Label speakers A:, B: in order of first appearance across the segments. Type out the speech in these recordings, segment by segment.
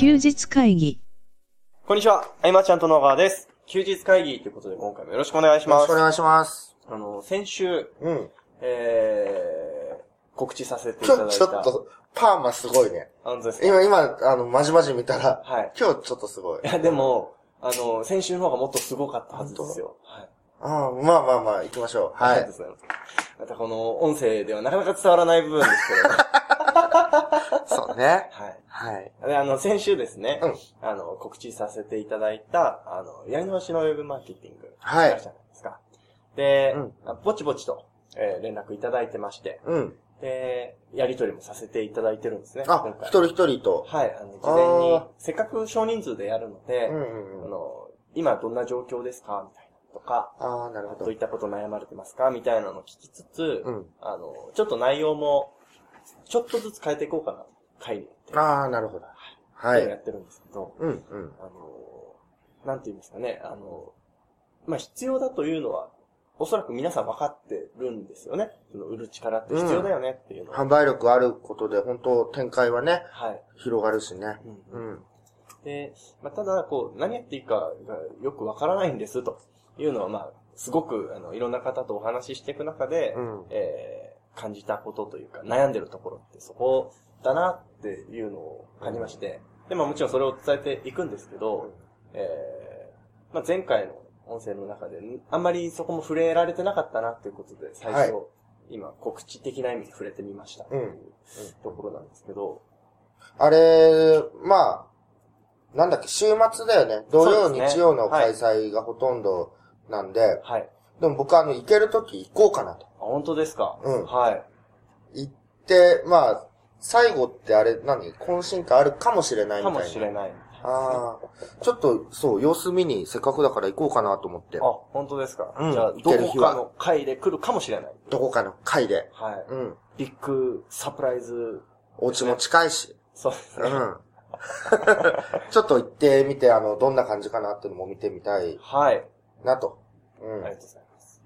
A: 日会議。
B: こんにちは。あいまちゃんと野川です。休日会議ということで、今回もよろしくお願いし
C: よろ
B: ま
C: し
B: す
C: くお。願いします。
B: あの、先週、
C: うん。
B: えー、告知させてい
C: 今
B: ただい
C: 日
B: た。
C: ちょっ、と、パーマすごいね。
B: 安全ですか
C: 今、今、あの、まじまじ見たら、
B: はい。
C: 今日ちょっとすごい
B: い。や、でも、あの、先週の方がもっとすごかったはずですよ。はい。
C: ああ、まあまあまあ、行きましょう。
B: あ
C: は
B: りがと。
C: い
B: ご
C: う
B: ざいます。またこの音声ではなかなか伝わらない部分ですけれ ど。
C: そうね。
B: は
C: はい。
B: い。で、あの、先週ですね、
C: うん
B: あの、告知させていただいた、あの、やり直しのウェブマーケティング。
C: はい
B: あるじゃないですか。で、
C: うん
B: あぼちぼちと、えー連絡いただいてまして、
C: うん。
B: で、やりとりもさせていただいてるんですね。
C: あ、一人一人と。
B: はい、あの、事
C: あ
B: 前
C: ー
B: に、せっかく少人数でやるので、
C: うん
B: あ
C: うんうん。
B: の、今どんな状況ですかみたいなとか、
C: ああ、なる
B: ど
C: ほ
B: う
C: ど
B: い。ったこと悩まれてますかみたいなのを聞きつつ、
C: うん。
B: あの、ちょっと内容も、ちょっとずつ変えていこうかな、会議って。
C: ああ、なるほど。は
B: っていうのをや
C: い。
B: ってるんですけど、
C: うんうん。
B: あの、なんて言うんですかね、あの、まあ、必要だというのは、おそらく皆さん分かってるんですよね。その売る力って必要だよねっていうのは。
C: 販売力あることで、本当展開はね、
B: はい。
C: 広がるしね。
B: うんう
C: う
B: ん
C: ん。
B: で、まあ、ただ、こう、何やっていいかがよくわからないんです、というのは、まあ、すごく、あの、いろんな方とお話ししていく中で、
C: うん
B: えー感じたことというか、悩んでるところってそこだなっていうのを感じまして、で、まあ、もちろんそれを伝えていくんですけど、えーまあ、前回の音声の中で、あんまりそこも触れられてなかったなということで、最初、
C: は
B: 今、告知的な意味に触れてみました、と
C: う
B: い
C: ん
B: うところなんですけど、
C: あれ、まあ、なんだっけ、週末だよね。土曜、
B: そうですね
C: 日曜の開催がほとんどなんで、
B: はい。あ、
C: でも僕あの、行けるとき行こうかなと。
B: 本当ですか
C: うん
B: はい。
C: 行って、まあ、最後ってあれ何、懇親会あるかもしれないみ
B: か
C: たいな。
B: もしれない。
C: ああ。ちょっと、そう、様子見に、せっかくだから行こうかなと思って
B: あ、。本当ですか。
C: うん
B: じゃあ、
C: い
B: ど
C: ける
B: こ
C: 日
B: か
C: は
B: の回で来るかもしれない。
C: どこかの会で。
B: は
C: うん。
B: い。ビッグサプライズ、
C: お家も近いし。
B: そうです
C: う
B: ね。
C: ん。 ちょっと行ってみて、あの、どんな感じかなってのも見てみたい
B: はい。
C: なと。う
B: あり
C: ん
B: がと。うございます。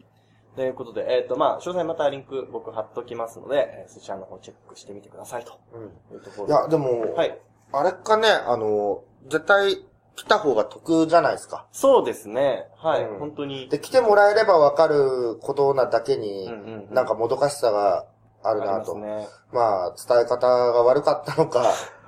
B: ということで、えっ、と、まあ、詳細またリンク僕貼っときますので、えーそちらの方チェックしてみてくださいと
C: うん。
B: いうところ
C: いや、でも、
B: はい。
C: あれかね、あの、絶対来た方が得じゃないですか。
B: そうですね。はい。
C: うん
B: 本当に。
C: で、来てもらえればわかることなだけに、
B: うんうんうん
C: なんかもどかしさがあ
B: あ
C: るなと。
B: り
C: ま
B: ますね。
C: あ、伝え方が悪かった のか、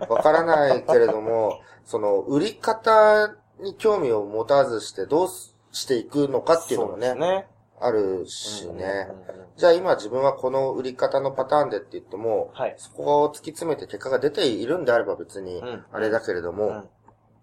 C: わからないけれども、その、売り方に興味を持たずして、どうすしていくのかっていうのもね、
B: そうで
C: ある
B: す
C: し
B: ね。
C: ね。
B: うんうんうん
C: じゃあ今自分はこの売り方のパターンでって言っても、
B: はい
C: そこを突き詰めて結果が出ているんであれば別に
B: うん、
C: あれだけれど
B: うん
C: も、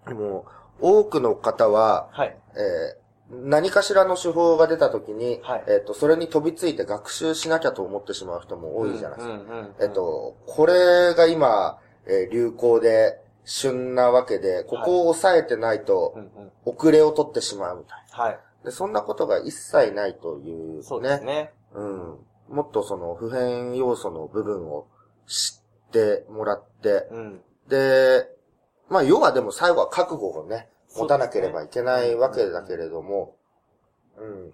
C: でも多くの方は、
B: はい。
C: えー何かしらの手法が出た時に、
B: はい
C: えっ、と、それに飛びついて学習しなきゃと思ってしまう人も多いじゃないですか。
B: うんうんうんうん
C: えっ、と、これが今、えー流行で、旬なわけで、ここを抑えてないと
B: う、んうん
C: 遅れを取ってしまうみたい
B: はい。
C: な。で、そんなことが一切ないという
B: そうで
C: ね
B: す。ね。
C: うん。もっとその普遍要素の部分を知ってもらって、
B: うん。
C: で、まあ要はでも最後は覚悟をね、
B: そうですね
C: 持たなければいけないわけだけれども、うん。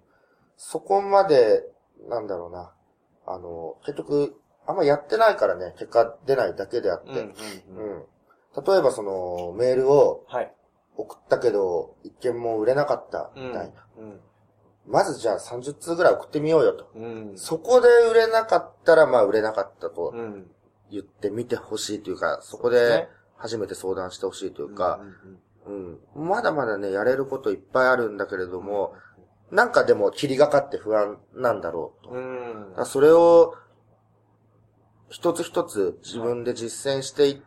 C: そこまで、なんだろうな、あの、結局、あんまやってないからね、結果出ないだけであっ
B: うんうん
C: て、
B: う。
C: うんん。例えばその、メールを
B: はい。
C: 送ったけど、一件も売れなかった、み
B: うん
C: たいな。まずじゃあ30通ぐらい送ってみようよと。
B: うん。うん。
C: そこで売れなかったら、まあ売れなかったと
B: うん。
C: 言ってみてほしいというか、そこ
B: そうですね
C: で初めて相談してほしいというか、うん。まだまだね、やれることいっぱいあるんだけれども、なんかでも霧がかって不安なんだろうと。
B: う
C: だ
B: ん。
C: からそれを、一つ一つ自分で実践していって、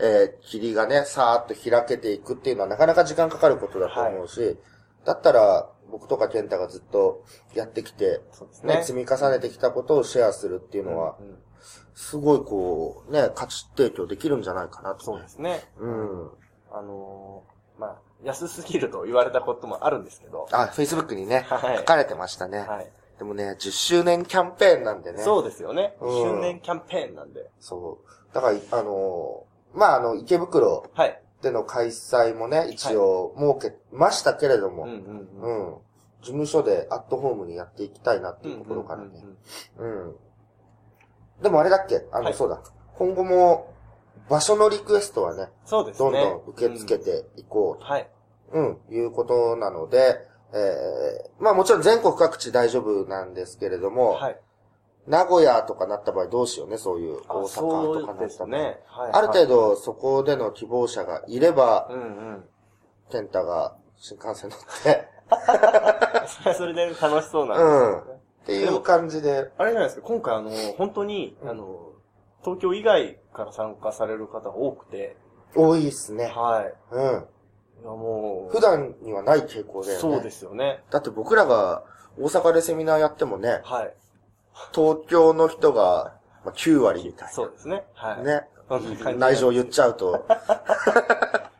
C: えー霧がね、さーっと開けていくっていうのはなかなか時間かかることだと思うし、だったら、僕とか健太がずっとやってきて、
B: そうです
C: ね、
B: ね。
C: 積み重ねてきたことをシェアするっていうのは、
B: うんうん
C: すごいこう、ね、価値提供できるんじゃないかなと。
B: そうですね。
C: うん。
B: あのー、まあ、安すぎると言われたこともあるんですけど。
C: あ、Facebook にね、
B: はい
C: 書かれてましたね、
B: はい。
C: でもね、10周年キャンペーンなんでね。
B: そうですよね。
C: うん
B: 周年キャンペーンなんで。
C: そう。だから、あのーまあ、あの、池袋
B: はい。
C: での開催もね、一応設けましたけれど
B: うんう
C: も、
B: んう
C: う
B: ん。
C: ん。事務所でアットホームにやっていきたいなっていうところからね。
B: うんうんうんうん
C: うん。でもあれだっけあの、
B: はい
C: そうだ。今後も、場所のリクエストはね、
B: そうです
C: ど
B: ね。
C: んどん受け付けていこ
B: うんはい。
C: うと、うん、いうことなので、えー、まあもちろん全国各地大丈夫なんですけれども、
B: はい。
C: 名古屋とかなった場合どうしようね、そういう大
B: あ
C: 阪
B: そ
C: とか
B: う
C: な
B: で
C: った
B: す
C: 場合。
B: ね。はい。
C: ある程度そこでの希望者がいれば
B: は、い。うんうん。
C: ケンタが新幹線乗って、
B: それはそれで楽しそうな
C: うん
B: んですよね。
C: っていう感じで、
B: あれじゃないですか、今回あの、本当に、
C: うん
B: あの、東京以外から参加される方が多くて、
C: 多いっすね。
B: は
C: うん。
B: い。いやもう、
C: 普段にはない傾向だよね。
B: そうですよね。
C: だって僕らが大阪でセミナーやってもね、
B: はい。
C: 東京の人がまあ9割みたい
B: そうですね。はい。
C: な。ね。
B: そんな感じ
C: 内情言っちゃうと。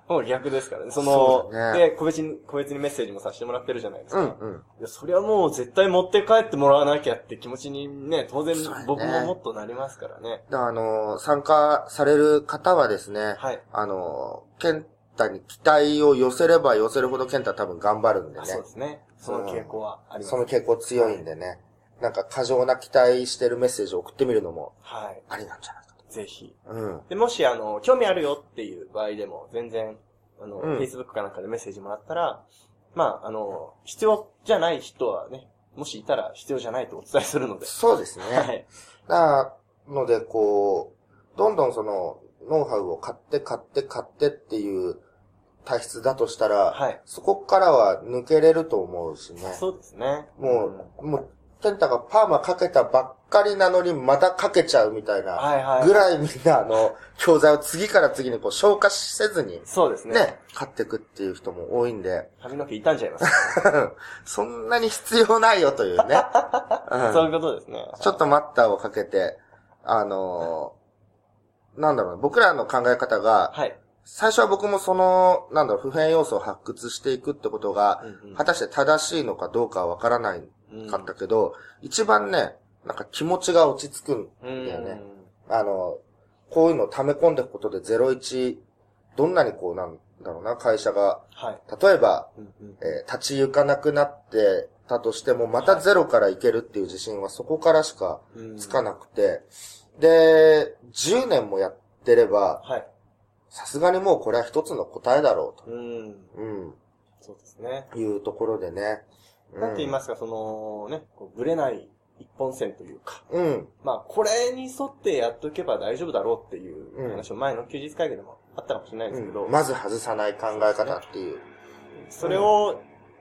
B: もう逆ですからね。そ
C: そ
B: の
C: う、だね
B: で、個別に、個別にメッセージもさせてもらってるじゃないです
C: う
B: か。
C: んうん。
B: いや、そりゃもう絶対持って帰ってもらわなきゃって気持ちにね、当然
C: そうだね
B: 僕ももっとなりますからね。
C: だからあのー、参加される方はですね、
B: はい。
C: あのー、ケンタに期待を寄せれば寄せるほどケンタ多分頑張るんで
B: あ
C: ね。
B: そうですね。その傾向はあります。
C: その傾向強いんでね。なんか過剰な期待してるメッセージを送ってみるのも
B: はい。
C: ありなんじゃないか
B: ぜひ。
C: と。うん。
B: で、もし、あの、興味あるよっていう場合でも、全然、あの、
C: うん
B: Facebook かなんかでメッセージもらったら、まあ、あの、必要じゃない人はね、もしいたら必要じゃないとお伝えするので。
C: そうですね。
B: はい。
C: なので、こう、どんどんその、ノウハウを買って買って買ってっていう体質だとしたら、
B: はい
C: そこからは抜けれると思うしね。
B: そうですね。
C: もう、もう、ケンタがパーマかけたばっかりなのにまたかけちゃうみたい
B: うん、
C: な
B: はいはい。
C: ぐらいみんなあの、教材を次から次にこう消化せずに
B: そうですね。
C: ね、買っていくっていう人も多いんで、
B: 髪の毛傷んじゃいます。
C: そんなに必要ないよという ね。うん
B: そういうことですね。
C: ちょっと待ったをかけて、あのーなんだろうな、僕らの考え方が、
B: はい。
C: 最初は僕もその、なんだろう、普遍要素を発掘していくってことが
B: う、んうん
C: 果たして正しいのかどうかはわからないかったけど、一番ね、なんか気持ちが落ち着くんだよね。あの、こういうのを溜め込んでいくことで01、どんなにこうなんだろうな、会社が、
B: はい。
C: 例えば、
B: うんうん
C: えー立ち行かなくなってたとしても、またゼロから行けるっていう自信はそこからしか
B: うん
C: つかなくて、で、10年もやってれば、
B: はい。
C: さすがにもうこれは一つの答えだろ
B: うん。
C: うと、う
B: そうですね。
C: ん、いうところでね。う
B: なんて言いますか、その、ね、こうぶれない一本線というか、
C: うん、
B: まあ、これに沿ってやっとけば大丈夫だろうっていう話を前の休日会議でもあったかもしれないですけど、
C: うんまず外さない考え方っていう。
B: それを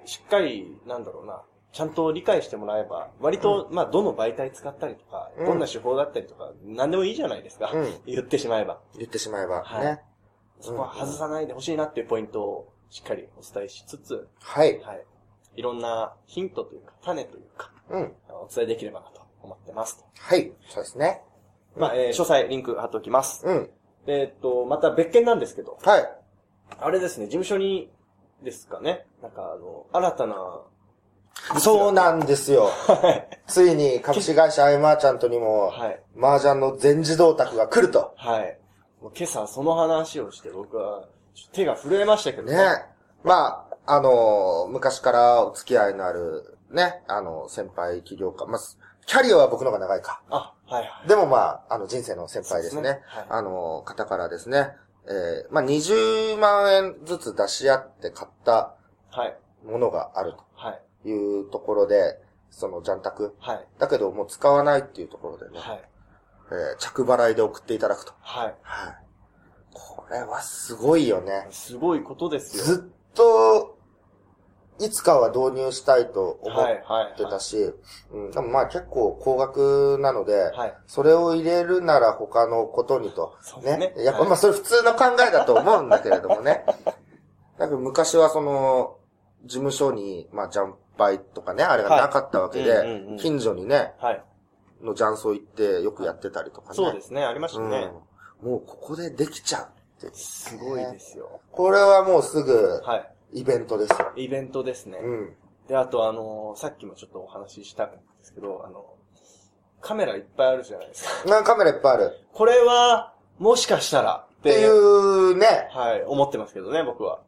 B: しっかり、なんだろうな、ちゃんと理解してもらえば、割と、まあ、どの媒体使ったりとか、
C: うん
B: どんな手法だったりとか、何でもいいじゃないですか。
C: うん
B: 言ってしまえば。
C: 言ってしまえば、
B: はい
C: ね。
B: そこは外さないでほしいなっていうポイントをしっかりお伝えしつつ、
C: はい。
B: はい。いろんなヒントというか、種というか、
C: うん。
B: お伝えできればなと思ってますと。
C: はい。そうですね。
B: まあ、えー詳細リンク貼っておきます。
C: うん。
B: でえっと、また別件なんですけど、
C: はい。
B: あれですね、事務所に、ですかね。なんか、あの、新たな、
C: そうなんですよ。ついに株式会社アイマーちゃんとにも、
B: はい。
C: 麻雀の全自動卓が来ると。
B: はい。もう今朝その話をして僕はちょっと手が震えましたけど
C: ね。まあ、あの昔からお付き合いのある、ね、あの先輩起業家。まあ、すキャリアは僕の方が長いか。
B: あ、はいはい。
C: でもまあ、あの人生の先輩です
B: そ
C: ね。
B: うですねはい
C: あの方からですね、えーまあ、20万円ずつ出し合って買った
B: はい。
C: ものがある
B: はい。
C: というところで、その、ジャンタク。
B: はい。
C: だけど、もう使わないっていうところでね、
B: はい。
C: えー着払いで送っていただくと。
B: はい。
C: はい。これはすごいよね。
B: すごいことですよ。
C: ずっと、いつかは導入したいと思
B: はい
C: っ
B: はい。
C: てたし、うん、でもまあ結構高額なので、
B: はい。
C: それを入れるなら他のことにと
B: そう、です
C: ね
B: ね。
C: やっぱ
B: はい
C: まあそれ普通の考えだと思うんだけれどもね。 なんか昔はその、事務所に、まあジャンパイとかね、あれがなかったわけ
B: はいうんうんう
C: で
B: ん、
C: 近所にね、
B: はい。
C: の雀荘行ってよくやってたりとかね。
B: そうですね。ありました
C: うん
B: ね。
C: もうここでできちゃうって。
B: すごいですよ。
C: これはもうすぐ、
B: は
C: イベントですよ。
B: い。イベントですね。
C: うん。
B: で、あとあのーさっきもちょっとお話ししたんですけど、あの、カメラいっぱいあるじゃないですか。
C: なんかカメラいっぱいある。
B: これは、もしかしたらっ
C: って
B: て
C: い
B: いう、
C: うね。
B: はい、思ってますけどね、僕は。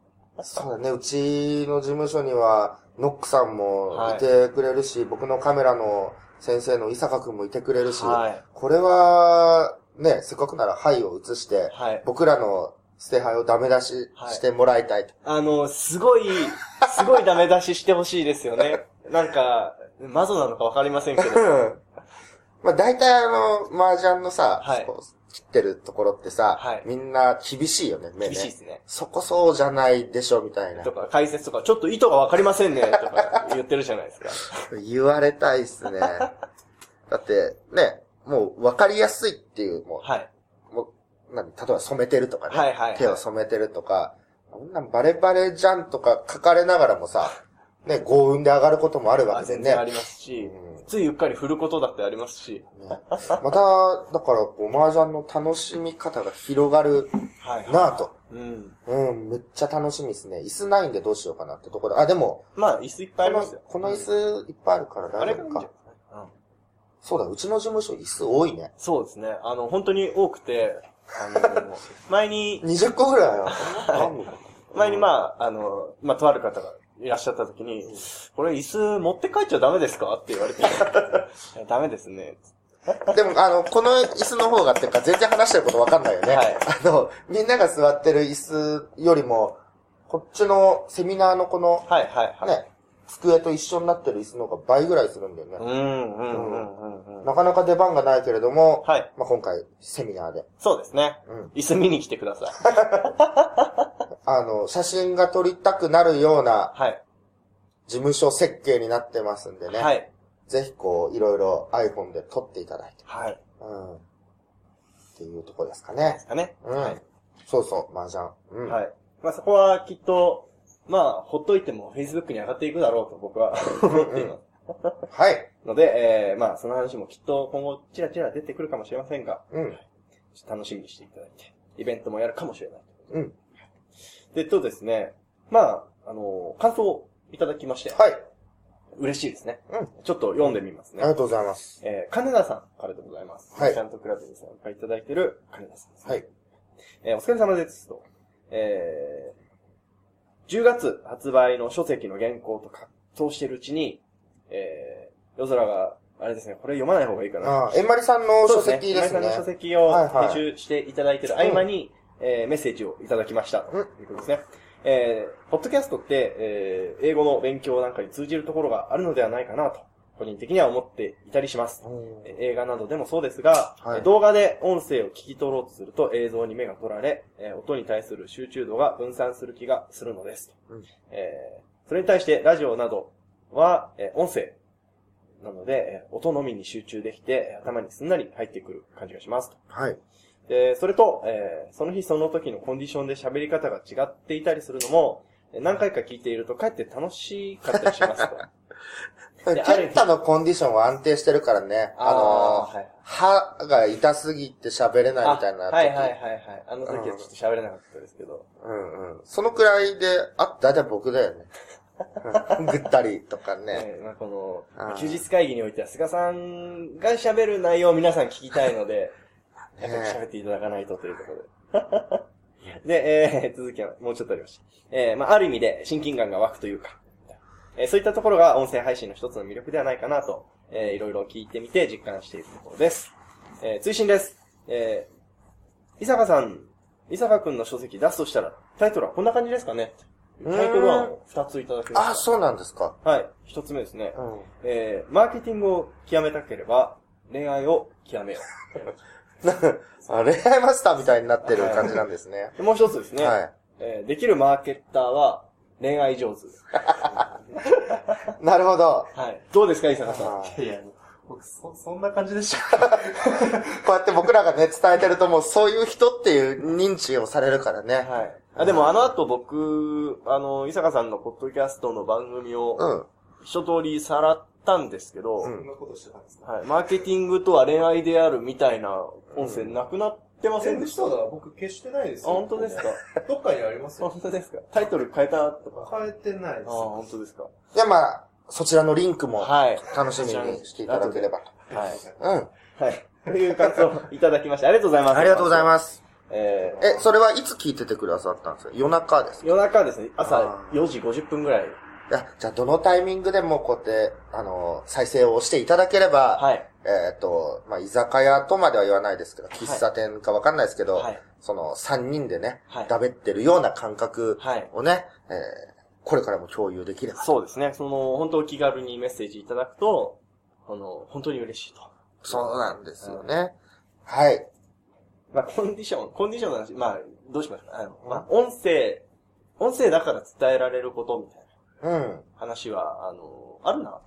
C: そうだね。うちの事務所には、ノックさんもいてくれるし、僕のカメラの先生の伊坂くんもいてくれるし、
B: はい。
C: これは、ね、せっかくならハイを移して、
B: はい
C: 僕らの捨てハイをダメ出し
B: はい
C: してもらいたいと。
B: あの、すごい、すごいダメ出ししてほしいですよね。なんか、マゾなのかわかりませんけど。
C: うんまあ大体あの、麻雀のさ、
B: はい
C: こう切ってるところってさ、
B: はい
C: みんな厳しいよね、目
B: 厳
C: ね。
B: しいですね。
C: そこそうじゃないでしょ、みたいな
B: と。か、解説とか、ちょっと意図がわかりませんね、とか言ってるじゃないですか。
C: 言われたいっす ね。だって、ね、もう分かりやすいっていう、もう、
B: はい。
C: もう、何、例えば染めてるとかね。
B: はいはいはい
C: 手を染めてるとか、こんなんバレバレじゃんとか書かれながら もさ、ね、豪運で上がることもあるわ
B: あ
C: けで
B: 全
C: ね。
B: 然ありますし
C: う、
B: ついうっかり振ることだってありますし。
C: ねまた、だから、こう、麻雀の楽しみ方が広がる
B: はいはい。
C: なぁと。
B: うん。
C: うん、めっちゃ楽しみですね。椅子ないんでどうしようかなってところで。あ、でも、
B: まあ、椅子いっぱいあ
C: こ
B: り
C: の
B: ますよ。
C: この椅子いっぱいあるから
B: あれがいい
C: 大丈
B: んじゃないで。す
C: 夫か
B: かね。うん
C: そうだ、うちの事務所椅子多いね。
B: そうですね。あの、本当に多くて、あの、 前に、
C: 20個ぐら いあるのかな
B: 前にまあ、あの、まあ、とある方がいらっしゃった時に、これ椅子持って帰っちゃダメですかって言 われて、いやダメですね。
C: でも、あの、この椅子の方がっていうか、全然話してることわかんないよね。
B: はい
C: あの、みんなが座ってる椅子よりも、こっちのセミナーのこの、
B: はいはいはい。
C: ね、机と一緒になってる椅子の方が倍ぐらいするんだよ
B: う
C: ね。
B: ん、うん、うん、うん、うん。
C: なかなか出番がないけれども、
B: はい。
C: まあ、今回、セミナーで。
B: そうですね。
C: うん。
B: 椅子見に来てください。
C: あの、写真が撮りたくなるような
B: はい。
C: 事務所設計になってますんでね。
B: はい。
C: ぜひこう、いろいろ iPhone で撮っていただいて。
B: はい。で
C: うん。っていうとこですかね
B: す。かね。
C: うん。
B: はい
C: そうそう、麻雀。うん。
B: はい。まあ、そこはきっと、まあ、ほっといても Facebook に上がっていくだろうと僕は思っています。
C: はい。
B: ので、えー、まあ、その話もきっと今後、ちらちら出てくるかもしれませんが、
C: うん。
B: ちょっと楽しみにしていただいて、イベントもやるかもしれない。
C: うん。
B: で、とですね、まあ、あの感想をいただきまして、
C: はい。
B: 嬉しいですね。
C: うん。
B: ちょっと読んでみます
C: あり
B: ね。
C: がとうございます。
B: えー、金田さんからでございます。
C: はい
B: ちゃんとクラブに参加いただいてる金田さんです、
C: はい。
B: えーお疲れ様ですと。えー、10月発売の書籍の原稿と格闘しているうちに、えー、夜空が、あれですね、これ読まない方がいいかな。
C: ああ、えんまりさんの書籍です
B: そう
C: ね。
B: 今井さんの書籍を
C: はいはい
B: 編集していただいている合間に、えーメッセージをいただきました。と
C: うん
B: いうことですね。えー、ポッドキャストって、えー英語の勉強なんかに通じるところがあるのではないかなと、個人的には思っていたりします。
C: うん
B: えー映画などでもそうですが、
C: はい
B: えー動画で音声を聞き取ろうとすると映像に目が取られ、えー音に対する集中度が分散する気がするのです。
C: うん
B: えーそれに対してラジオなどは、えー音声なので、えー音のみに集中できて、えー頭にすんなり入ってくる感じがします。
C: はい。
B: で、それと、えーその日その時のコンディションで喋り方が違っていたりするのも、えー何回か聞いているとかえって楽しかったりしますと。 である
C: ケンタのコンディションは安定してるからね。あ
B: あーは
C: のー
B: い、
C: 歯が痛すぎて喋れないみたいな時。
B: あはいはいはいはい。あの時はちょっと喋れなかったですけど。
C: うんうん。そのくらいで、あ、だいたい僕だよね。うんぐったりとかね。
B: ねまあ、こ
C: あ
B: の、
C: ー
B: 休日会議においては、菅さんが喋る内容を皆さん聞きたいの で、やっぱり喋っていただかないとということで。 で、えー続きはもうちょっとありました。えーまあ、ある意味で親近感が湧くというか、えーそういったところが音声配信の一つの魅力ではないかなと、えーいろいろ聞いてみて実感しているところです。えー追伸です。えー、伊坂さん、伊坂くんの書籍出すとしたら、タイトルはこんな感じですかねタイトル案を二ついただきました。
C: あ、そうなんですか。
B: はい。一つ目ですね
C: う。ん。
B: えー、マーケティングを極めたければ、恋愛を極めよ
C: あ恋愛マスターみたいになってる感じなんですね
B: う。。でもう一つですね。
C: は
B: えーできるマーケッターは、恋愛上手。
C: い。なるほど。
B: はい。どうですか、伊坂さん。
C: あー
A: いやいや、僕、そ、そんな感じ でした。
C: こうやって僕らがね、伝えてるともうそういう人っていう認知をされるからね。
B: はい。あ、でもあの後僕、あの、伊坂さんのポッドキャストの番組
C: う
B: を、
C: ん。
B: 一通りさらったんですけど、
C: う
A: そ
C: ん
A: んなことしてたんですか
B: はい。マーケティングとは恋愛であるみたいな音声なくなってませんでした。
A: 嘘だ
B: あ、、
A: 僕消してないですよ。
B: 本当ですか
A: どっかにありますよ。
B: 本当ですかタイトル変えたとか。
A: 変えてな
B: あ
A: い
B: あ、
A: ですよ。
B: 本当ですか
C: じゃあまあ、そちらのリンクも
B: はい。
C: 楽しみにしていただければと。
B: はい。
C: うん。
B: はい。という感想をいただきまして、ありがとうございます。
C: ありがとうござい
B: す。
C: ます。
B: え
C: え、それはいつ聞いててくださったんですか夜中です
B: ー、
C: か
B: 夜中ですね、朝
C: あー
B: 4時50分ぐらい。
C: いやじゃあどのタイミングでもこうやって、あの、再生をしていただければ、
B: はい。
C: ええっ、と、まあ、居酒屋とまでは言わないですけど、喫茶店かわかんないですけど、
B: はい
C: その3人でね、
B: はい
C: だべってるような感覚
B: はい
C: をね、えーこれからも共有できれば。
B: そうですね。その、本当お気軽にメッセージいただくと、あの、本当に嬉しいと。
C: そうなんですよね。はい。
B: まあ、コンディション、コンディションの話、まあ、どうしましょう。あの、まあ、音声、音声だから伝えられることみたいな
C: うん。うん。
B: 話は、あの、あるなと。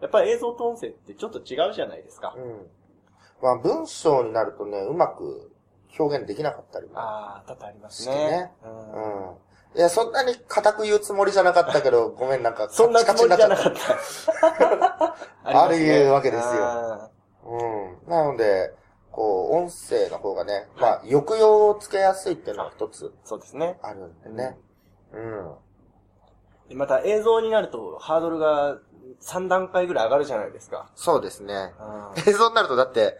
B: やっぱり映像と音声ってちょっと違うじゃないですか。
C: まあ、文章になるとね、うまく表現できなかったりも。
B: ああ、多々あります
C: して
B: ね
C: ね。
B: うん
C: うん。いや、そんなに固く言うつもりじゃなかったけど、 ごめん、なんか、
B: そんなつもりじゃな
C: た。
B: か った。
C: あるいうわけですよ
B: よ。
C: うん。なので、こう、音声の方がね、まあ、抑揚をつけやすいっていうのは一つ
B: そうですね。
C: あるんでね。うん。
B: でまた映像になるとハードルが3段階ぐらい上がるじゃないですか。
C: そうですね。
B: うん
C: 映像になると、だって、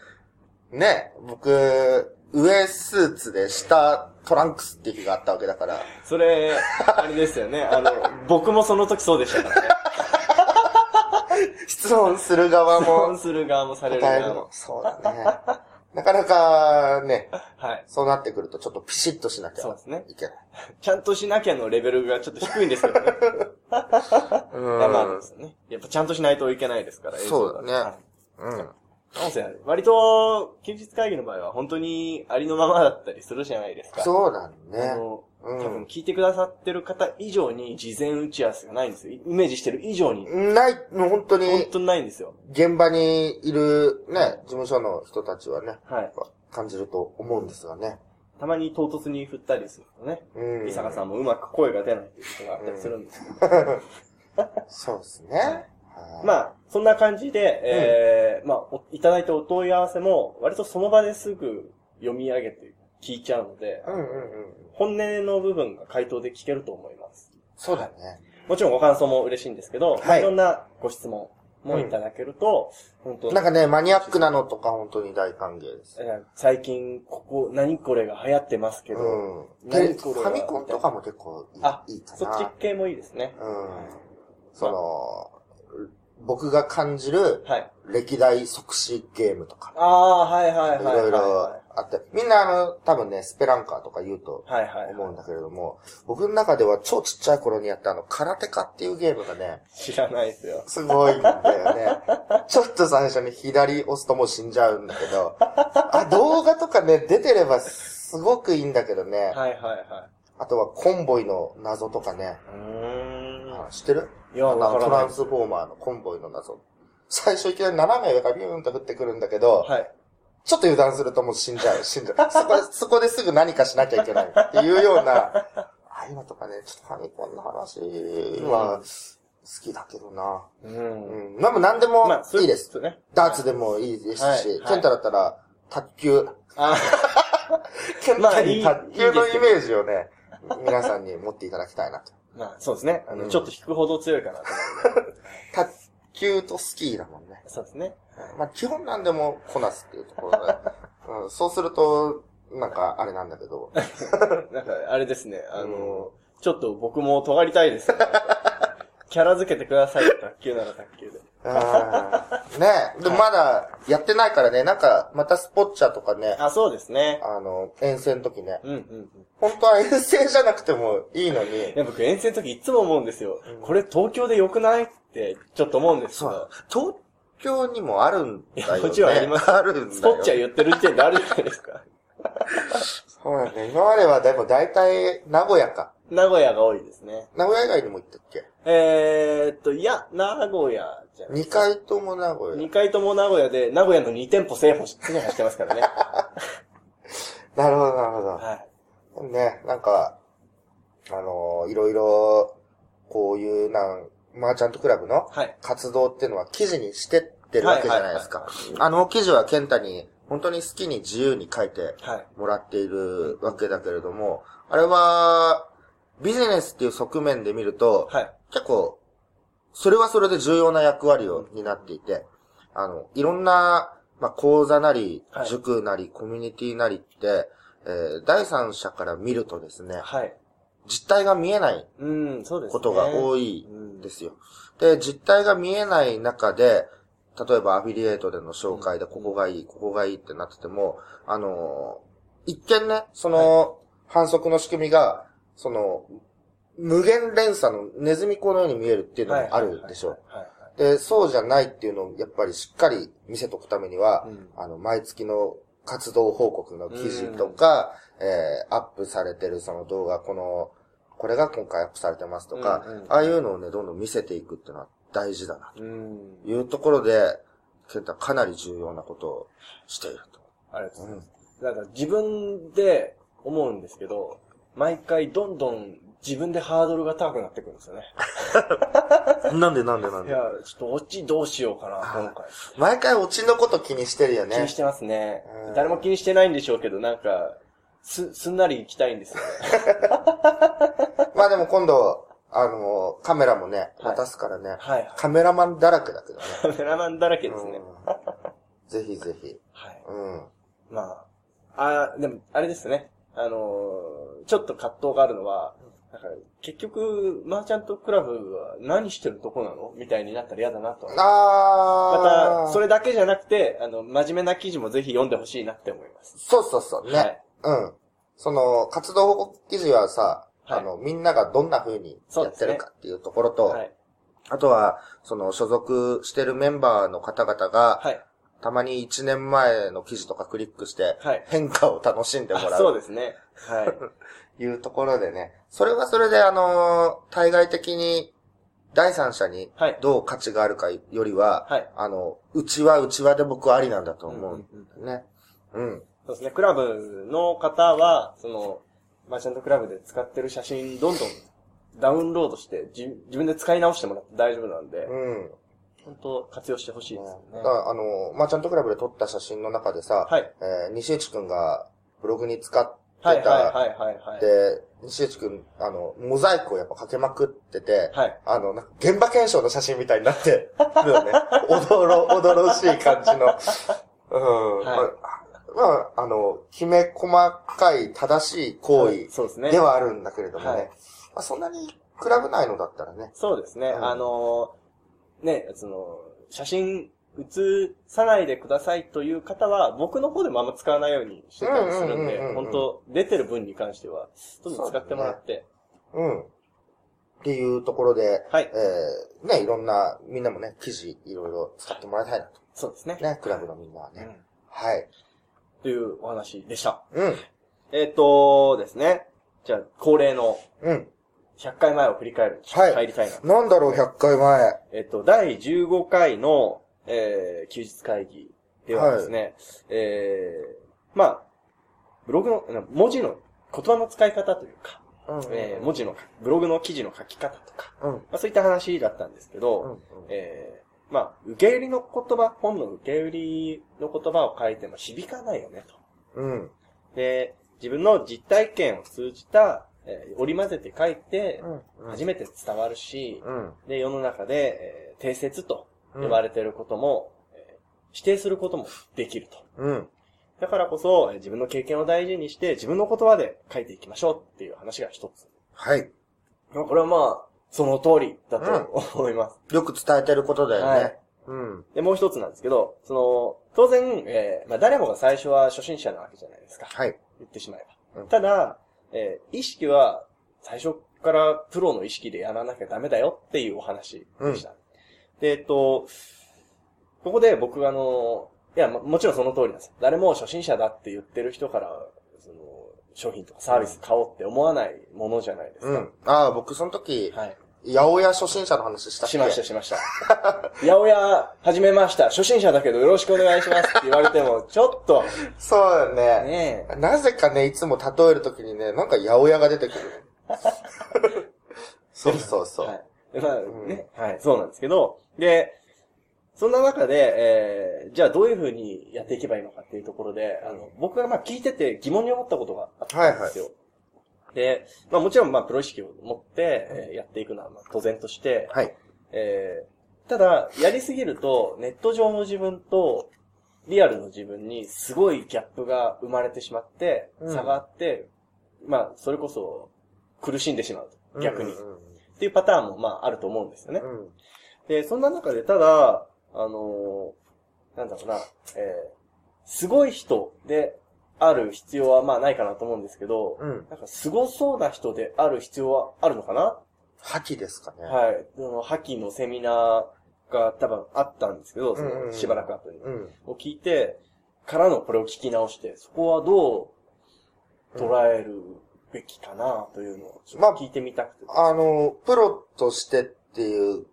C: ね、僕、上スーツで下トランクスっていう日があったわけだから、
B: それ、あれですよね。あの、僕もその時そうでしたからね。
C: 質問する側
B: 質問
C: も、
B: する側もされる
C: 答える
B: 側
C: の
B: も。。
C: そうだね。なかなかね、
B: はい。
C: そうなってくるとちょっとピシッとしなきゃ
B: そうですね
C: いけない。
B: ちゃんとしなきゃのレベルがちょっと低いんですけどね。
C: うん
B: まあまあですよね。やっぱちゃんとしないといけないですから、
C: そうだね
B: はい
C: うん。
B: 音声ある割と、休日会議の場合は本当にありのままだったりするじゃないですか。
C: そうだ
B: あ
C: ね。
B: の、
C: うん
B: 多分聞いてくださってる方以上に事前打ち合わせがないんですよ。イイメージしてる以上に。
C: ない、もう本当
B: 本
C: に、
B: 当にないんですよ。
C: 現場にいるね、事務所の人たちはね、
B: はい。
C: 感じると思うんですがね。
B: たまに唐突に振ったりするとね。
C: うん。
B: 伊坂さんもうまく声が出ないっていうことがあったりするんですけど。
C: そうですね。
B: ま
C: あ、
B: あ、そんな感じで、えー、まあ、おいただいたお問い合わせも、割とその場ですぐ読み上げて聞いちゃうので、
C: うんうんうん。
B: 本音の部分が回答で聞けると思います。
C: そうだね。
B: もちろんご感想も嬉しいんですけど、まあ
C: はい
B: いろんなご質問もいただけると、本当
C: なんかね、マニアックなのとか本当に大歓迎です。
B: えー最近、ここ、何これが流行ってますけど、
C: うん。テレ
B: 何
C: フ
B: これ
C: ァミコンとかも結構いい
B: あ
C: いいかな。
B: そっち系もいいですね。
C: うん。その、僕が感じる
B: はい。
C: 歴代即死ゲームとか、
B: ああ、はいはい
C: い
B: はいはい。
C: ろいろあって、みんなあの、多分ね、スペランカーとか言うと
B: はいはいはい。
C: 思うんだけれども、僕の中では超ちっちゃい頃にやったあの、空手家っていうゲームがね、
B: 知らないですよ。
C: すごいんだよ ね。ちょっと最初に左押すともう死んじゃうんだけど、あ、動画とかね、出てればすごくいいんだけどね、
B: はいはいは
C: あとはコンボイの謎とかね、
B: い。うーん
C: あ知ってる
B: いや、
C: あの
B: わか
C: ト
B: ら
C: ラ
B: ない
C: ン。スフォーマーのコンボイの謎。最初いきなり斜め上からビューンと降ってくるんだけど、
B: はい。
C: ちょっと油断するともう死んじゃう、死んじゃう。そ こで、そこですぐ何かしなきゃいけないっていうような、ああいうのとかね、ちょっとファミコンの話は好きだけどな。
B: うん
C: うん。まあ、何でも
B: そう
C: いいう
B: こ
C: で
B: と
C: す。
B: ね。
C: ダーツでもいいですし、
B: はいはい
C: ケンタだったら卓球、
B: あ
C: ケン
B: まあ
C: タ
B: い
C: に
B: い
C: 卓球のイメージをね、皆さんに持っていただきたいなと。
B: ーまあ、そうですね。あ
C: う
B: の、
C: ん
B: ちょっと引くほど強いかなと思うんで。
C: 卓球とスキーだもんね。
B: そうですね。
C: まあ、基本なんでもこなすっていうところで、うん、そうすると、なんか、あれなんだけ ど、
B: なんか、あれですね。あの、ちょっと僕も尖りたいです よ。キャラ付けてください。卓球なら卓球で。
C: うんねで、まだやってないからね、なんか、またスポッチャとかね、
B: あ、そうですね。
C: あの、遠征の時ね、
B: うんうんうん。
C: 本当は遠征じゃなくてもいいの
B: い、
C: に
B: や、僕遠征の時いつも思うんですよ
C: うん。
B: これ東京で良くないって、ちょっと思うんですけど。
C: 東京にもあるん
B: い
C: だよね。
B: やもちろんあります
C: あるんだよ。
B: スポッチャ言ってる時点であるじゃないですか。
C: そうだね。今まではでも大体、 名古屋か。
B: 名古屋が多いですね。
C: 名古屋以外にも行ったっけ
B: えーっと、いや、名古屋じゃない
C: ?2 回とも名古屋
B: 二。回とも名古屋で、名古屋の2店舗制覇し、制覇してます からね。
C: なるほど、なるほど。
B: はい。
C: ね、なんか、あのーいろいろ、こういうなん、マーチャントクラブの
B: はい。
C: 活動っていうのは記事にしてってるわけじゃないですか。あの記事は健太に本当に好きに自由に書いて
B: はい。
C: もらっているわけだけれども、あれは、ビジネスっていう側面で見ると、
B: はい。
C: 結構、それはそれで重要な役割を担っていて、あの、いろんな、まあ、講座なり
B: は、い
C: 塾なり、コミュニティなりって、えー第三者から見るとですね、
B: はい。
C: 実態が見えない
B: うん、そうですね。
C: ことが多
B: い。
C: い
B: うん
C: ですよ。で、実態が見えない中で、例えばアフィリエイトでの紹介でここがいい、ここがいいってなってても、あのー一見ね、その、反則の仕組みが、その、無限連鎖のネズミ子のように見えるっていうのもあるでしょ。
B: はい
C: で、そうじゃないっていうのをやっぱりしっかり見せとくためには、
B: はい。うん
C: あの、毎月の活動報告の記事とか、えー、アップされてるその動画、この、これが今回アップされてますとか、
B: うんうん
C: ああいうのをね、どんどん見せていくっていうのは大事だな、
B: うん。
C: というところで、ケンタはかなり重要なことをしていると。
B: ありがとうございます。なんか自分で思うんですけど、毎回どんどん自分でハードルが高くなってくるんですよね。
C: なんでなんでなん
B: い
C: で
B: や、ちょっとオチどうしようかな、今回。
C: 毎回オチのこと気にしてるよ
B: 気に
C: ね
B: し。てますね
C: う。ん
B: 誰も気にしてないんでしょうけど、なんか、す、すんなり行きたいんですよね。
C: まあでも今度、あの、カメラもね、
B: はい
C: 渡すからね、
B: はい。
C: カメラマンだらけだけどね。
B: カメラマンだらけですね。
C: うんぜひぜひ。
B: はい。
C: うん。
B: まあ、あーでも、あれですね。あのーちょっと葛藤があるのは、なんか結局、マーチャントクラブは何してるとこなのみたいになったら嫌だなと。
C: あ
B: ま
C: ー。
B: た、それだけじゃなくて、あの、真面目な記事もぜひ読んでほしいなって思います。
C: そうそうそう。ね。
B: はい
C: うん。その、活動報告記事はさ、
B: はい
C: あの、みんながどんな風にやってるかっていうところと、
B: はい。
C: あとは、その、所属してるメンバーの方々が、
B: はい。
C: たまに1年前の記事とかクリックして、
B: はい。
C: 変化を楽しんでも
B: あ
C: ら
B: そう
C: う
B: ですね。はい。
C: というところでね、それはそれで、あのー対外的に、第三者に
B: はい、
C: どう価値があるかよりは、
B: はい
C: あの、うちはうちはで僕はありなんだと思う。
B: うんうん
C: ね。うん。
B: そうですね。クラブの方は、その、マーチャントクラブで使ってる写真、どんどんダウンロードして、じ自分で使い直してもらって大丈夫なんで、
C: うん。
B: 本当活用してほしいですよね
C: だか。らあの、まあ、ちゃんとクラブで撮った写真の中でさ、
B: はい。
C: えー西内くんがブログに使ってた、
B: はいはいはいはいはい。
C: で、西内くん、あの、モザイクをやっぱかけまくってて、
B: はい。
C: あの、なんか現場検証の写真みたいになって るよね。驚ろ、驚ろしい感じの。うん。
B: はい
C: まあ、まあ、あの、きめ細かい正しい行為
B: そうですね
C: で。はあるんだけれどもね。
B: はい
C: まあ、そんなにクラブ内のだったらね。
B: そうですね。
C: うん
B: あのー、ね、その、写真写さないでくださいという方は、僕の方でもあんま使わないようにしてたりするん
C: う
B: で
C: んうんうんうんう、ん
B: 本当出てる分に関しては、どんどん使ってもらって、
C: うん。っていうところで、
B: はい
C: えー、ね、いろんな、みんなもね、記事、いろいろ使ってもらいたいなと。
B: そうですね。
C: ね、クラブのみんなは
B: う
C: ね。
B: ん
C: はい。
B: というお話でした。
C: うん。
B: えっ、とですね。じゃあ、恒例の
C: うん。
B: 100回前を振り返る。
C: はい
B: 帰りたいな。
C: なんだろう、100回前。
B: えっ、と、第15回の、えー、休日会議ではですね、えー、まあ、ブログの、な文字の、言葉の使い方というか、
C: うん。
B: えー文字の、ブログの記事の書き方とか、
C: うん。
B: まあ、そういった話だったんですけど、
C: うん。
B: えー、まあ、受け売りの言葉、本の受け売りの言葉を書いても響かないよね、と。
C: うん。
B: で、自分の実体験を通じた、えー織り交ぜて書いて、
C: うん。
B: 初めて伝わるし、
C: うん。
B: で、世の中で、えー定説と
C: うん
B: 呼ばれていることも、えー否定することもできると。
C: うん。
B: だからこそ、えー自分の経験を大事にして、自分の言葉で書いていきましょうっていう話が一つ。
C: はい。
B: まあこれはまあ、その通りだと思います。
C: よく伝えてることだよね。
B: はい
C: うん。
B: で、もう一つなんですけど、その、当然、えーまあ誰もが最初は初心者なわけじゃないですか。
C: はい。
B: 言ってしまえば。
C: うん
B: ただ、えー意識は最初からプロの意識でやらなきゃダメだよっていうお話でした。で、えっと、ここで僕があの、いや、ももちろんその通りなんです。誰も初心者だって言ってる人から、その、商品とかサービス買おうって思わないものじゃないですか。
C: うん。ああ、僕その時、
B: はい。
C: 八百屋初心者の話したっけ
B: しました、しました。八百屋始めました。初心者だけどよろしくお願いしますって言われても、ちょっと、
C: そうだよね。
B: ねえ
C: なぜかね、いつも例えるときにね、なんか八百屋が出てくる。 そうそうそう。
B: はい。まあね、はい、そうなんですけど、で、そんな中で、えー、じゃあどういうふうにやっていけばいいのかっていうところで、あの、僕がまあ聞いてて疑問に思ったことがあったんですよ。で、まあもちろんまあプロ意識を持って、えーやっていくのはまあ当然として、
C: はい。
B: えー、ただ、やりすぎると、ネット上の自分と、リアルの自分にすごいギャップが生まれてしまって、
C: うん
B: 差があって、まあ、それこそ苦しんでしまうと。逆に。
C: うん
B: っていうパターンもまああると思うんですよね
C: う。ん
B: で、そんな中でただ、ああのーなんだろうな、えーすごい人である必要はまあないかなと思うんですけど、
C: うん。
B: なんか凄そうな人である必要はあるのかな
C: 覇気ですかね。
B: はい。その、覇気のセミナーが多分あったんですけど、そ
C: うんうんう
B: の、
C: ん
B: しばらく後に。
C: うん。
B: を聞いて、からのこれを聞き直して、そこはどう捉えるべきかなというのを、ちょっと
C: まあ
B: 聞いてみたくて。
C: あの、プロとしてっていう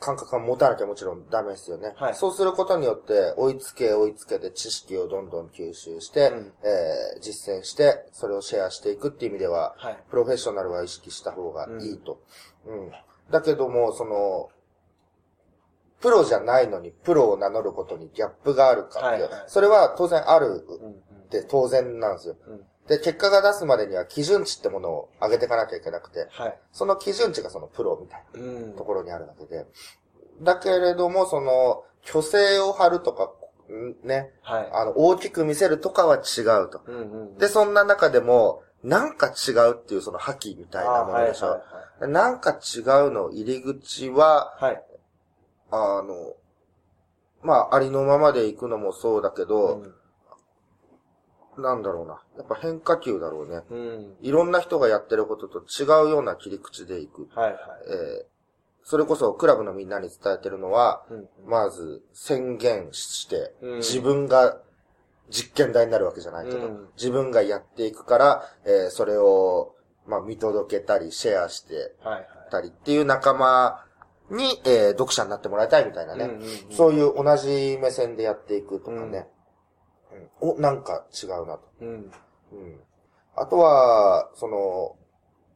C: 感覚は持たなきゃもちろんダメですよね。
B: はい
C: そうすることによって、追いつけ追いつけて知識をどんどん吸収して、
B: うん
C: えー実践して、それをシェアしていくっていう意味では、
B: はい。
C: プロフェッショナルは意識した方がいいと。うん。だけども、その、プロじゃないのにプロを名乗ることにギャップがあるかっていう、
B: はいはい
C: それは当然ある
B: うんうん
C: って当然なんですよ。
B: うん
C: で、結果が出すまでには基準値ってものを上げていかなきゃいけなくて、
B: はい。
C: その基準値がそのプロみたい
B: うん
C: なところにあるだけで。だけれども、その、虚勢を張るとか、んね、
B: はい。
C: あの、大きく見せるとかは違うと。
B: うんうんうん
C: で、そんな中でも、なんか違うっていうその覇気みたいなものでしょ。
B: あはい
C: なんか違うの入り口
B: は
C: は、
B: いはい。はい
C: あの、まあ、ありのままで行くのもそうだけど、なんだろうな。やっぱ変化球だろうね。
B: うん。うん
C: いろんな人がやってることと違うような切り口でいく。
B: はいはい。
C: えーそれこそクラブのみんなに伝えてるのは、
B: うん
C: まず宣言して、
B: うん
C: 自分が実験台になるわけじゃないけど、
B: うん
C: 自分がやっていくから、えーそれを、まあ、見届けたり、シェアして
B: はいはい。
C: たりっていう仲間に、えー読者になってもらいたいみたいなね、
B: うんうんうん
C: そういう同じ目線でやっていくとかね、うんお、なんか違うなと。
B: うん。
C: うんあとは、その、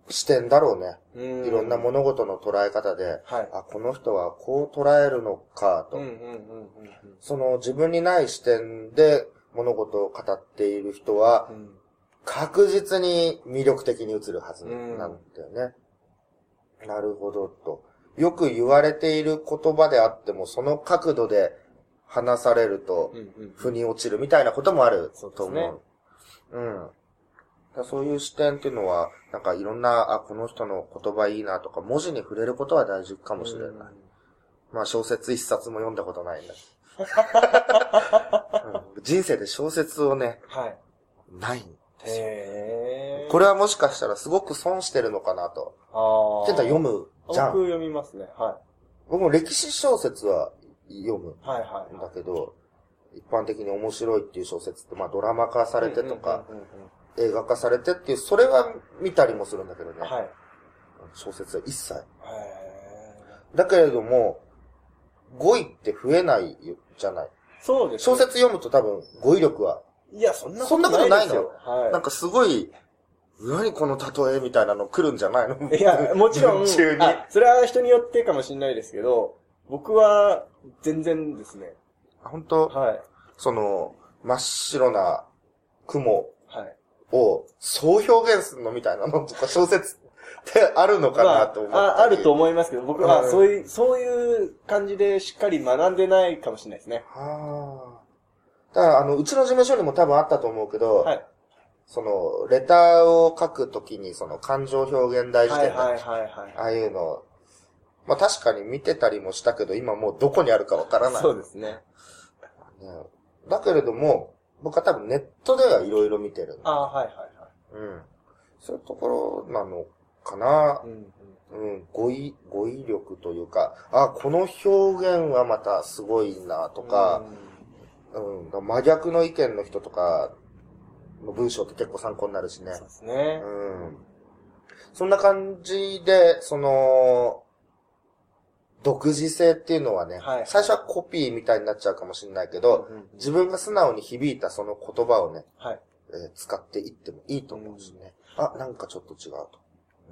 C: 視点だろうね。
B: う
C: いろんな物事の捉え方で、
B: はい。
C: あ、この人はこう捉えるのかと、
B: うんうんうんうんうん
C: その自分にない視点で物事を語っている人は
B: う、ん。
C: 確実に魅力的に映るはずなんだよね。なるほどと。よく言われている言葉であっても、その角度で話されると
B: う、んうん。
C: 腑に落ちるみたいなこともある
B: そうで
C: と
B: す
C: 思う。
B: ね
C: うん。だからそういう視点っていうのは、なんかいろんな、あ、この人の言葉いいなとか、文字に触れることは大事かもしれない。まあ小説一冊も読んだこ とないんだ、うん人生で小説をね、
B: はい。
C: ない。
B: へー。
C: こ
B: れ、
C: れはもしかしたらすごく損してるのかなと。
B: あー
C: ケンタ読むじゃ
B: 僕
C: ん。
B: 読みますね。は
C: 僕も歴史小説は読む
B: い。はいはい
C: ん
B: は
C: だけど、一般的に面白いっていう小説って、まあドラマ化さ
B: い。
C: れてとか、
B: うんうんうんうん
C: 映画化されてっていう、それは見たりもするんだけどね。
B: うん。はい。
C: 小説は一切。
B: へー
C: だけれども、語彙って増えないじゃない。
B: そうですね。
C: 小説読むと多分語彙力は、
B: いや、そんな
C: そんなことないの
B: ですよはい。
C: なんかすごい、何この例えみたいなの来るんじゃないの
B: いや、もちろん、
C: 文中に。
B: あそれは人によってかもしれないですけど、僕は、全然ですね。
C: 本当
B: はい。
C: その、真っ白な雲
B: はい。
C: を、そう表現するのみたいなのと か小説ってあるのかなと思って、
B: まあ、ああると。思いますけど、僕は、
C: うん
B: そういう、そういう感じでしっかり学んでないかもしれないですね。
C: ああ。だから、あの、うちの事務所にも多分あったと思うけど、
B: はい。
C: その、レターを書くときに、その、感情表現大事
B: はい
C: 典、
B: はいはい
C: ああいうの、まあ確かに見てたりもしたけど、今もうどこにあるかわから
B: は。
C: ないい、
B: そうですね。
C: ねだけれども、僕は多分ネットではいろいろ見てる。
B: ああ、はいはいは
C: うん。そういうところなのかな。
B: い。うんうん。
C: うん、語彙、語彙力というか、あ、この表現はまたすごいなとか、うん、だから真逆の意見の人とかの文章って結構参考になるしね。
B: そうですね。
C: うんそんな感じで、その、独自性っていうのはね、
B: はい
C: 最初はコピーみたいになっちゃうかもしれないけど、
B: うんうん
C: 自分が素直に響いたその言葉をね、
B: はい。
C: えー使っていってもいいと思うしね。あ、なんかちょっと違うと。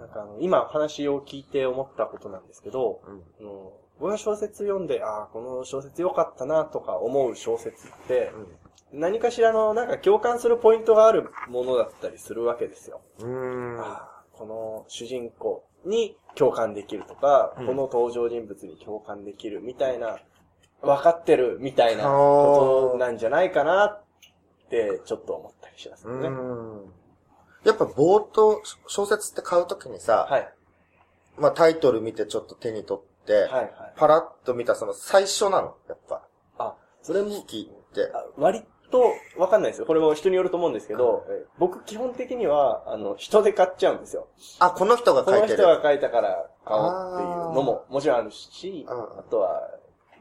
B: なんかあの、今お話を聞いて思ったことなんですけど、あの僕が小説読んで、ああ、この小説良かったなとか思う小説って、何かしらのなんか共感するポイントがあるものだったりするわけですよ。
C: うん。うん。
B: ああ、この主人公に共感できるとか、
C: うん
B: この登場人物に共感できるみたいな、分かってるみたいなことなんじゃないかなってちょっと思ったりしますよね。
C: うん。やっぱ冒頭、小説って買うときにさ、
B: はい。
C: まあタイトル見てちょっと手に取っって、
B: はいはい。
C: パラッと見たその最初なの、やっぱ。
B: あ、それも
C: 引、きって。
B: あ割と、わかんないですよ。これも人によると思うんですけど、え僕基本的には、あの、人で買っちゃうんですよ。
C: あ、この人が
B: こ
C: 書い
B: の
C: て
B: 人
C: る。
B: が書いたから買おうっていうのも、もちろんあるし、
C: うん
B: あとは、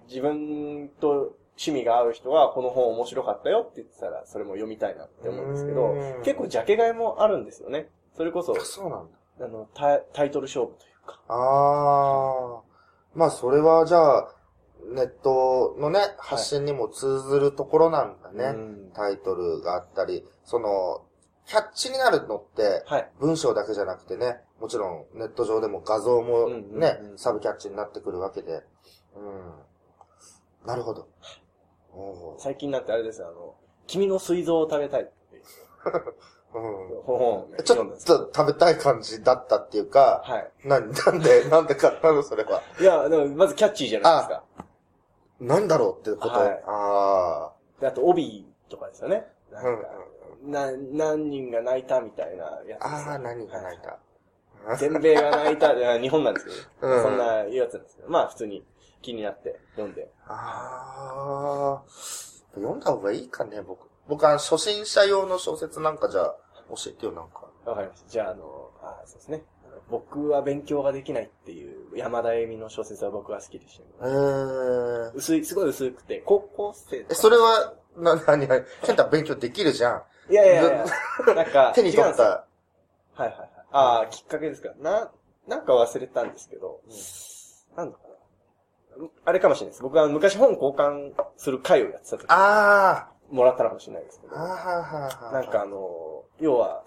B: 自分と趣味が合う人は、この本面白かったよって言ってたら、それも読みたいなって思うんですけど
C: うん、
B: 結構ジャケ買いもあるんですよね。それこそ
C: あ、そうなんだ。
B: あの、タイタイトル勝負というか。
C: あー。まあ、それはじゃあ、ネットのね、発信にも通ずるところなんだね。
B: うん
C: タイトルがあったり、その、キャッチになるのって、
B: はい。
C: 文章だけじゃなくてね、もちろんネット上でも画像も
B: う
C: ね、
B: んうんうん
C: サブキャッチになってくるわけで。うん。なるほど。おー
B: 最近なんてあれですあの、君の膵臓を食べたいっていう
C: う
B: 本をね
C: ん、ち
B: 読んだん
C: ょ
B: で
C: っ
B: すよ
C: と食べたい感じだったっていうか、
B: は
C: な、 なんで、なんで買ったのそれは。
B: い。いや、でもまずキャッチーじゃないですか。
C: なんだろうってこと。
B: はい
C: あ
B: であと、帯とかですよね。な
C: あ。
B: ん
C: うん
B: か、な何人が泣いたみたいなやつです
C: あ
B: よ
C: あ、何が泣いた。
B: 全米が泣いた、いや日本なんですけど、
C: うん
B: そんなやつなんですけど、まあ普通に気になって読んで。
C: ああ。読んだ方がいいかね、僕。僕は初心者用の小説なんかじゃあ、教えてよ、なんか。
B: わかりました。じゃあ、あの、あそうですね。あの僕は勉強ができないっていう山田恵美の小説は僕は好きでしたけど、
C: えー、
B: 薄い、すごい薄くて、高校生とか
C: え、それは、な、なに、ケンタ勉強できるじゃん。
B: いやいやいや、なんか、
C: 手に取
B: 違うん
C: っ
B: ですよ
C: た。
B: はいはいはい。ああ、きっかけですか。な、なんか忘れたんですけど、なんだかな。あれかもしれないです。僕は昔本交換する会をやってた時
C: あ
B: もらったのかもしれないですけ
C: あ、
B: ど、
C: はあ
B: な
C: はあはあ。
B: んかあの、要は、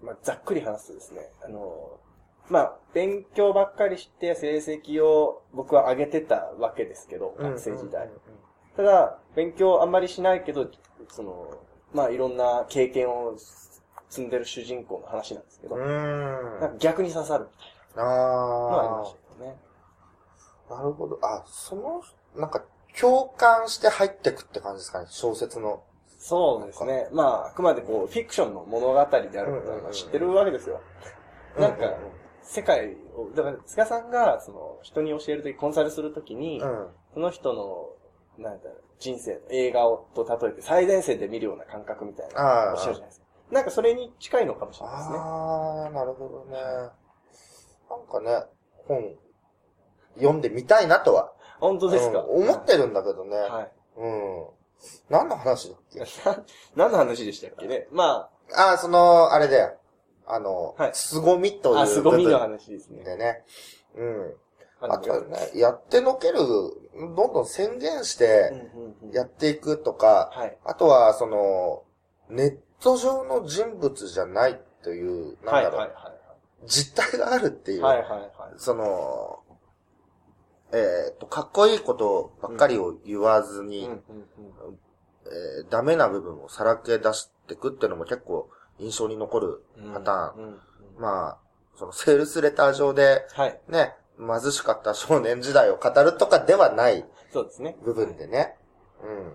B: まあ、ざっくり話すとですね、あの、まあ、勉強ばっかりして成績を僕は上げてたわけですけど、
C: うん、
B: 学生時代
C: うん。うんうん
B: ただ、勉強あんまりしないけど、その、まあ、いろんな経験を積んでる主人公の話なんですけど、
C: うーん。
B: なんか逆に刺さるみたいなのがありま
C: あ
B: したけどね。
C: あ、なるほど。あ、その、なんか、共感して入ってくって感じですかね、小説の。
B: そうですね。まあ、あくまでこう、フィクションの物語であることはまあ知ってるわけですよ。なんか、世界を、だから、塚さんが、その、人に教えるとき、コンサルするときに、
C: うん。
B: その人の、なんだろう人生の映画をと例えて、最前線で見るような感覚みたいな、
C: ああ
B: おっしゃるじゃないですか。なんか、それに近いのかもしれないですね。
C: ああ、なるほどね。なんかね、本、読んでみたいなとは。
B: 本当ですか、
C: うん思ってるんだけどね。
B: はい。
C: うん。何の話だっけ
B: な何の話でしたっけねま
C: ああ、その、あれだよ。あの、
B: はい
C: 凄みと
B: あ、あ、
C: いう
B: 凄みの
C: 部
B: 話です
C: 分
B: ね。
C: でね。うん。
B: あ
C: あとは
B: の
C: ね、やってのける、どんどん宣言して、
B: うんうんうん
C: やっていくとか、
B: はい。
C: あとは、その、ネット上の人物じゃないという、な
B: は
C: ん
B: い
C: だ
B: はい
C: ろう、
B: はい。
C: 実態があるっていう、
B: はいはいはい。
C: その、えーっと、かっこいいことばっかりを言わずに、
B: うんうんうん
C: えーダメな部分をさらけ出していくっていうのも結構印象に残るパターン。
B: うんうんうん
C: まあ、そのセールスレター上で、
B: はい。
C: ね、貧しかった少年時代を語るとかではない
B: そうですね。
C: 部分でね。うん。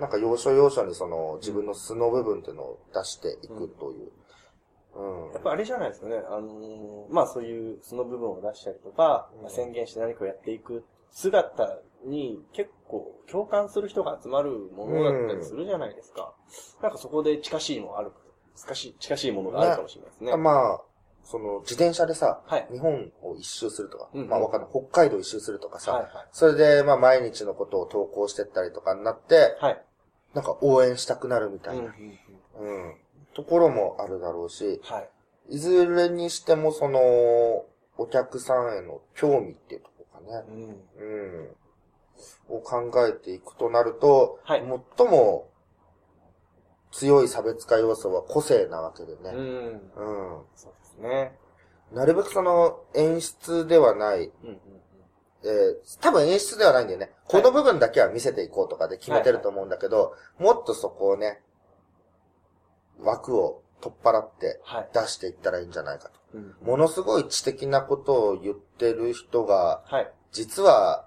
C: なんか要所要所にその自分の素の部分っていうのを出していくという。うん。
B: やっぱあれじゃないですかね。あのーまあそういう、その部分を出したりとか、
C: うん
B: まあ宣言して何かをやっていく姿に結構共感する人が集まるものだったりするじゃないですか。なんかそこで近しいもある、近しい、近しいものがあるかもしれないですね。
C: まあ、その自転車でさ、
B: はい
C: 日本を一周するとか、
B: うん
C: まあわかんない、北海道一周するとかさ、
B: はいは
C: それでまあ毎日のことを投稿してったりとかになって、
B: い。はい。
C: なんか応援したくなるみた
B: うん
C: い
B: うんう
C: な、
B: ん
C: うん、ところもあるだろうし、
B: はい。
C: いずれにしてもその、お客さんへの興味っていうところかね、
B: うん
C: うん、を考えていくとなると、
B: はい
C: 最も強い差別化要素は個性なわけで
B: う
C: ね、
B: ん。
C: うん、
B: そうですね。
C: なるべくその演出ではない、
B: うんうんうん
C: えー多分演出ではないんだよね。この部分だけは見せていこうとかで決めてると思うんだけど、もっとそこをね、枠を取っ払って
B: はい。
C: 出していったらいいんじゃないかと。
B: うん
C: ものすごい知的なことを言ってる人が、
B: はい。
C: 実は、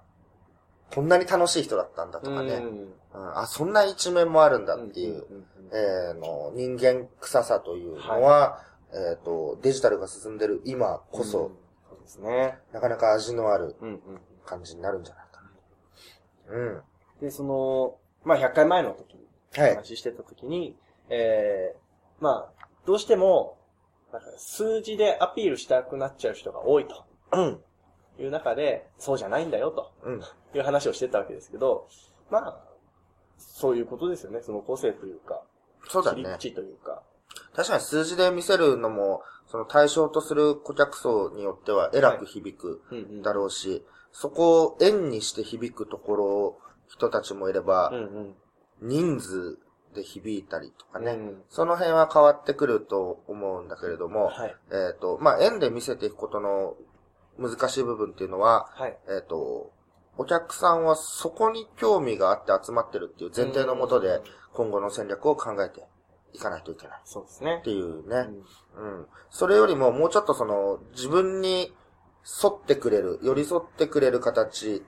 C: こんなに楽しい人だったんだとかね。うん
B: ん
C: あ、そんな一面もあるんだっていう、
B: んんうん
C: えーの、人間臭さというのは、えっ、と、デジタルが進んでる今こそ、
B: うんですね。
C: なかなか味のある
B: うんうん。
C: 感じになるんじゃないかな。うん。
B: で、その、まあ、100回前の時に、
C: はい。
B: 話してた時に、えー、まあ、どうしても、なんか数字でアピールしたくなっちゃう人が多いと
C: うん。
B: いう中で、そうじゃないんだよと
C: うん。
B: いう話をしてたわけですけど、まあ、そういうことですよね。その個性というか、
C: そうだ
B: 切り
C: ね。
B: 口というか。
C: 確かに数字で見せるのも、その対象とする顧客層によってはえらく響く
B: うんうん
C: だろうし、そこを円にして響くところを人たちもいれば、
B: うんうん。
C: 人数で響いたりとかね、
B: うん
C: その辺は変わってくると思うんだけれども、
B: はい。
C: えっ、と、まあ、円で見せていくことの難しい部分っていうのは、
B: はい。
C: えっ、と、お客さんはそこに興味があって集まってるっていう前提のもと
B: う
C: で
B: ん、
C: 今後の戦略を考えていかないといけない
B: そうですね
C: っ。ていう
B: う
C: ね。
B: ん
C: うん。それよりももうちょっとその、自分に沿ってくれる、寄り添ってくれる形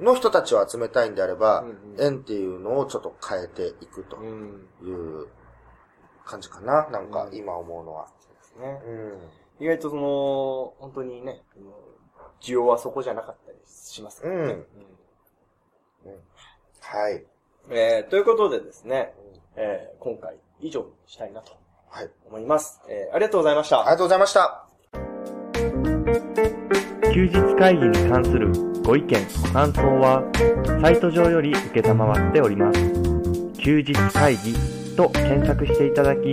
C: の人たちを集めたいんであれば、
B: うんうん
C: 縁っていうのをちょっと変えていくと
B: うん。
C: いう感じかな。なんか
B: うん
C: 今思うのは。
B: そうですね。
C: うん。
B: 意外とその、本当にね、あの需要はそこじゃなかったりしますからね。
C: うんはい。
B: えーということでですね、えー今回以上にしたいなと
C: はい。
B: 思います。えーありがとうございました
C: あり。がとうございました。
D: 休日会議に関するご意見、ご感想は、サイト上より受けたまわっております。休日会議と検索していただき、